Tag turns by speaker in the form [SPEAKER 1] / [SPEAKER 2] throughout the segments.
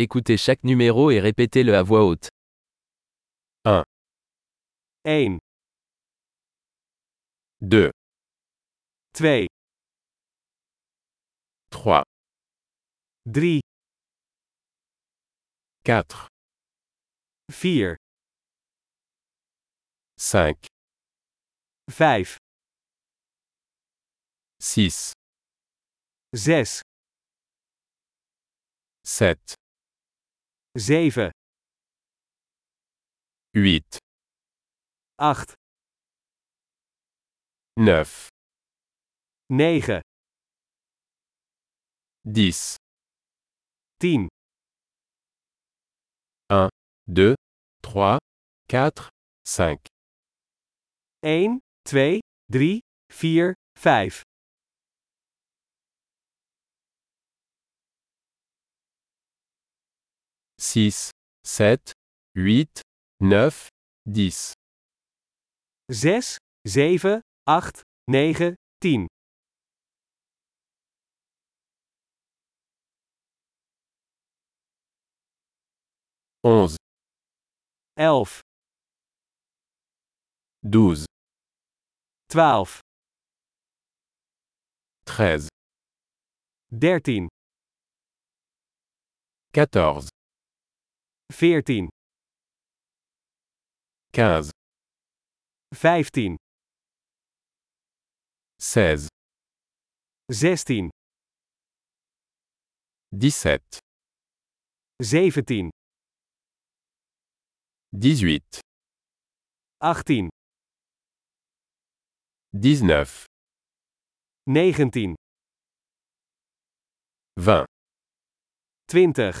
[SPEAKER 1] Écoutez chaque numéro et répétez-le à voix haute.
[SPEAKER 2] 1,
[SPEAKER 3] 2,
[SPEAKER 2] 2,
[SPEAKER 3] 3,
[SPEAKER 2] 3,
[SPEAKER 3] 4,
[SPEAKER 2] 4,
[SPEAKER 3] 5,
[SPEAKER 2] 5,
[SPEAKER 3] 6,
[SPEAKER 2] 6,
[SPEAKER 3] 7,
[SPEAKER 2] 7,
[SPEAKER 3] 8,
[SPEAKER 2] 8,
[SPEAKER 3] 9,
[SPEAKER 2] 9,
[SPEAKER 3] 10,
[SPEAKER 2] 10,
[SPEAKER 3] 2, 3, 4, 5,
[SPEAKER 2] 1, 2, 3, 4, 5.
[SPEAKER 3] six, sept, huit, neuf, dix.
[SPEAKER 2] 6, 7, 8, 9, 10.
[SPEAKER 3] Onze,
[SPEAKER 2] 11,
[SPEAKER 3] douze,
[SPEAKER 2] 12,
[SPEAKER 3] treize,
[SPEAKER 2] 13,
[SPEAKER 3] quatorze,
[SPEAKER 2] 14,
[SPEAKER 3] quinze,
[SPEAKER 2] 15,
[SPEAKER 3] seize,
[SPEAKER 2] 16,
[SPEAKER 3] dix-sept,
[SPEAKER 2] 17,
[SPEAKER 3] dix-huit,
[SPEAKER 2] 18,
[SPEAKER 3] dix-neuf,
[SPEAKER 2] 19,
[SPEAKER 3] vingt,
[SPEAKER 2] 20,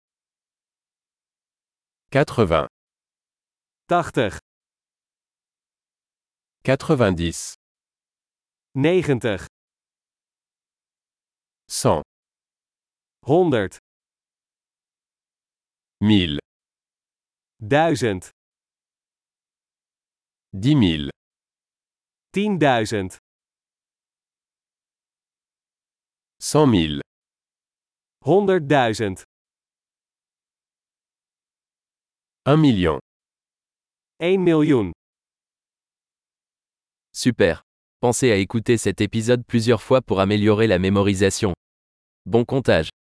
[SPEAKER 3] quatre-vingts,
[SPEAKER 2] 80,
[SPEAKER 3] quatre-vingt-dix,
[SPEAKER 2] 90,
[SPEAKER 3] cent,
[SPEAKER 2] 100,
[SPEAKER 3] mille,
[SPEAKER 2] 1000,
[SPEAKER 3] dix mille.
[SPEAKER 2] 10.000,
[SPEAKER 3] Cent mille,
[SPEAKER 2] 100.000,
[SPEAKER 3] un million.
[SPEAKER 2] 1 miljoen.
[SPEAKER 1] Super. Pensez à écouter cet épisode plusieurs fois pour améliorer la mémorisation. Bon comptage.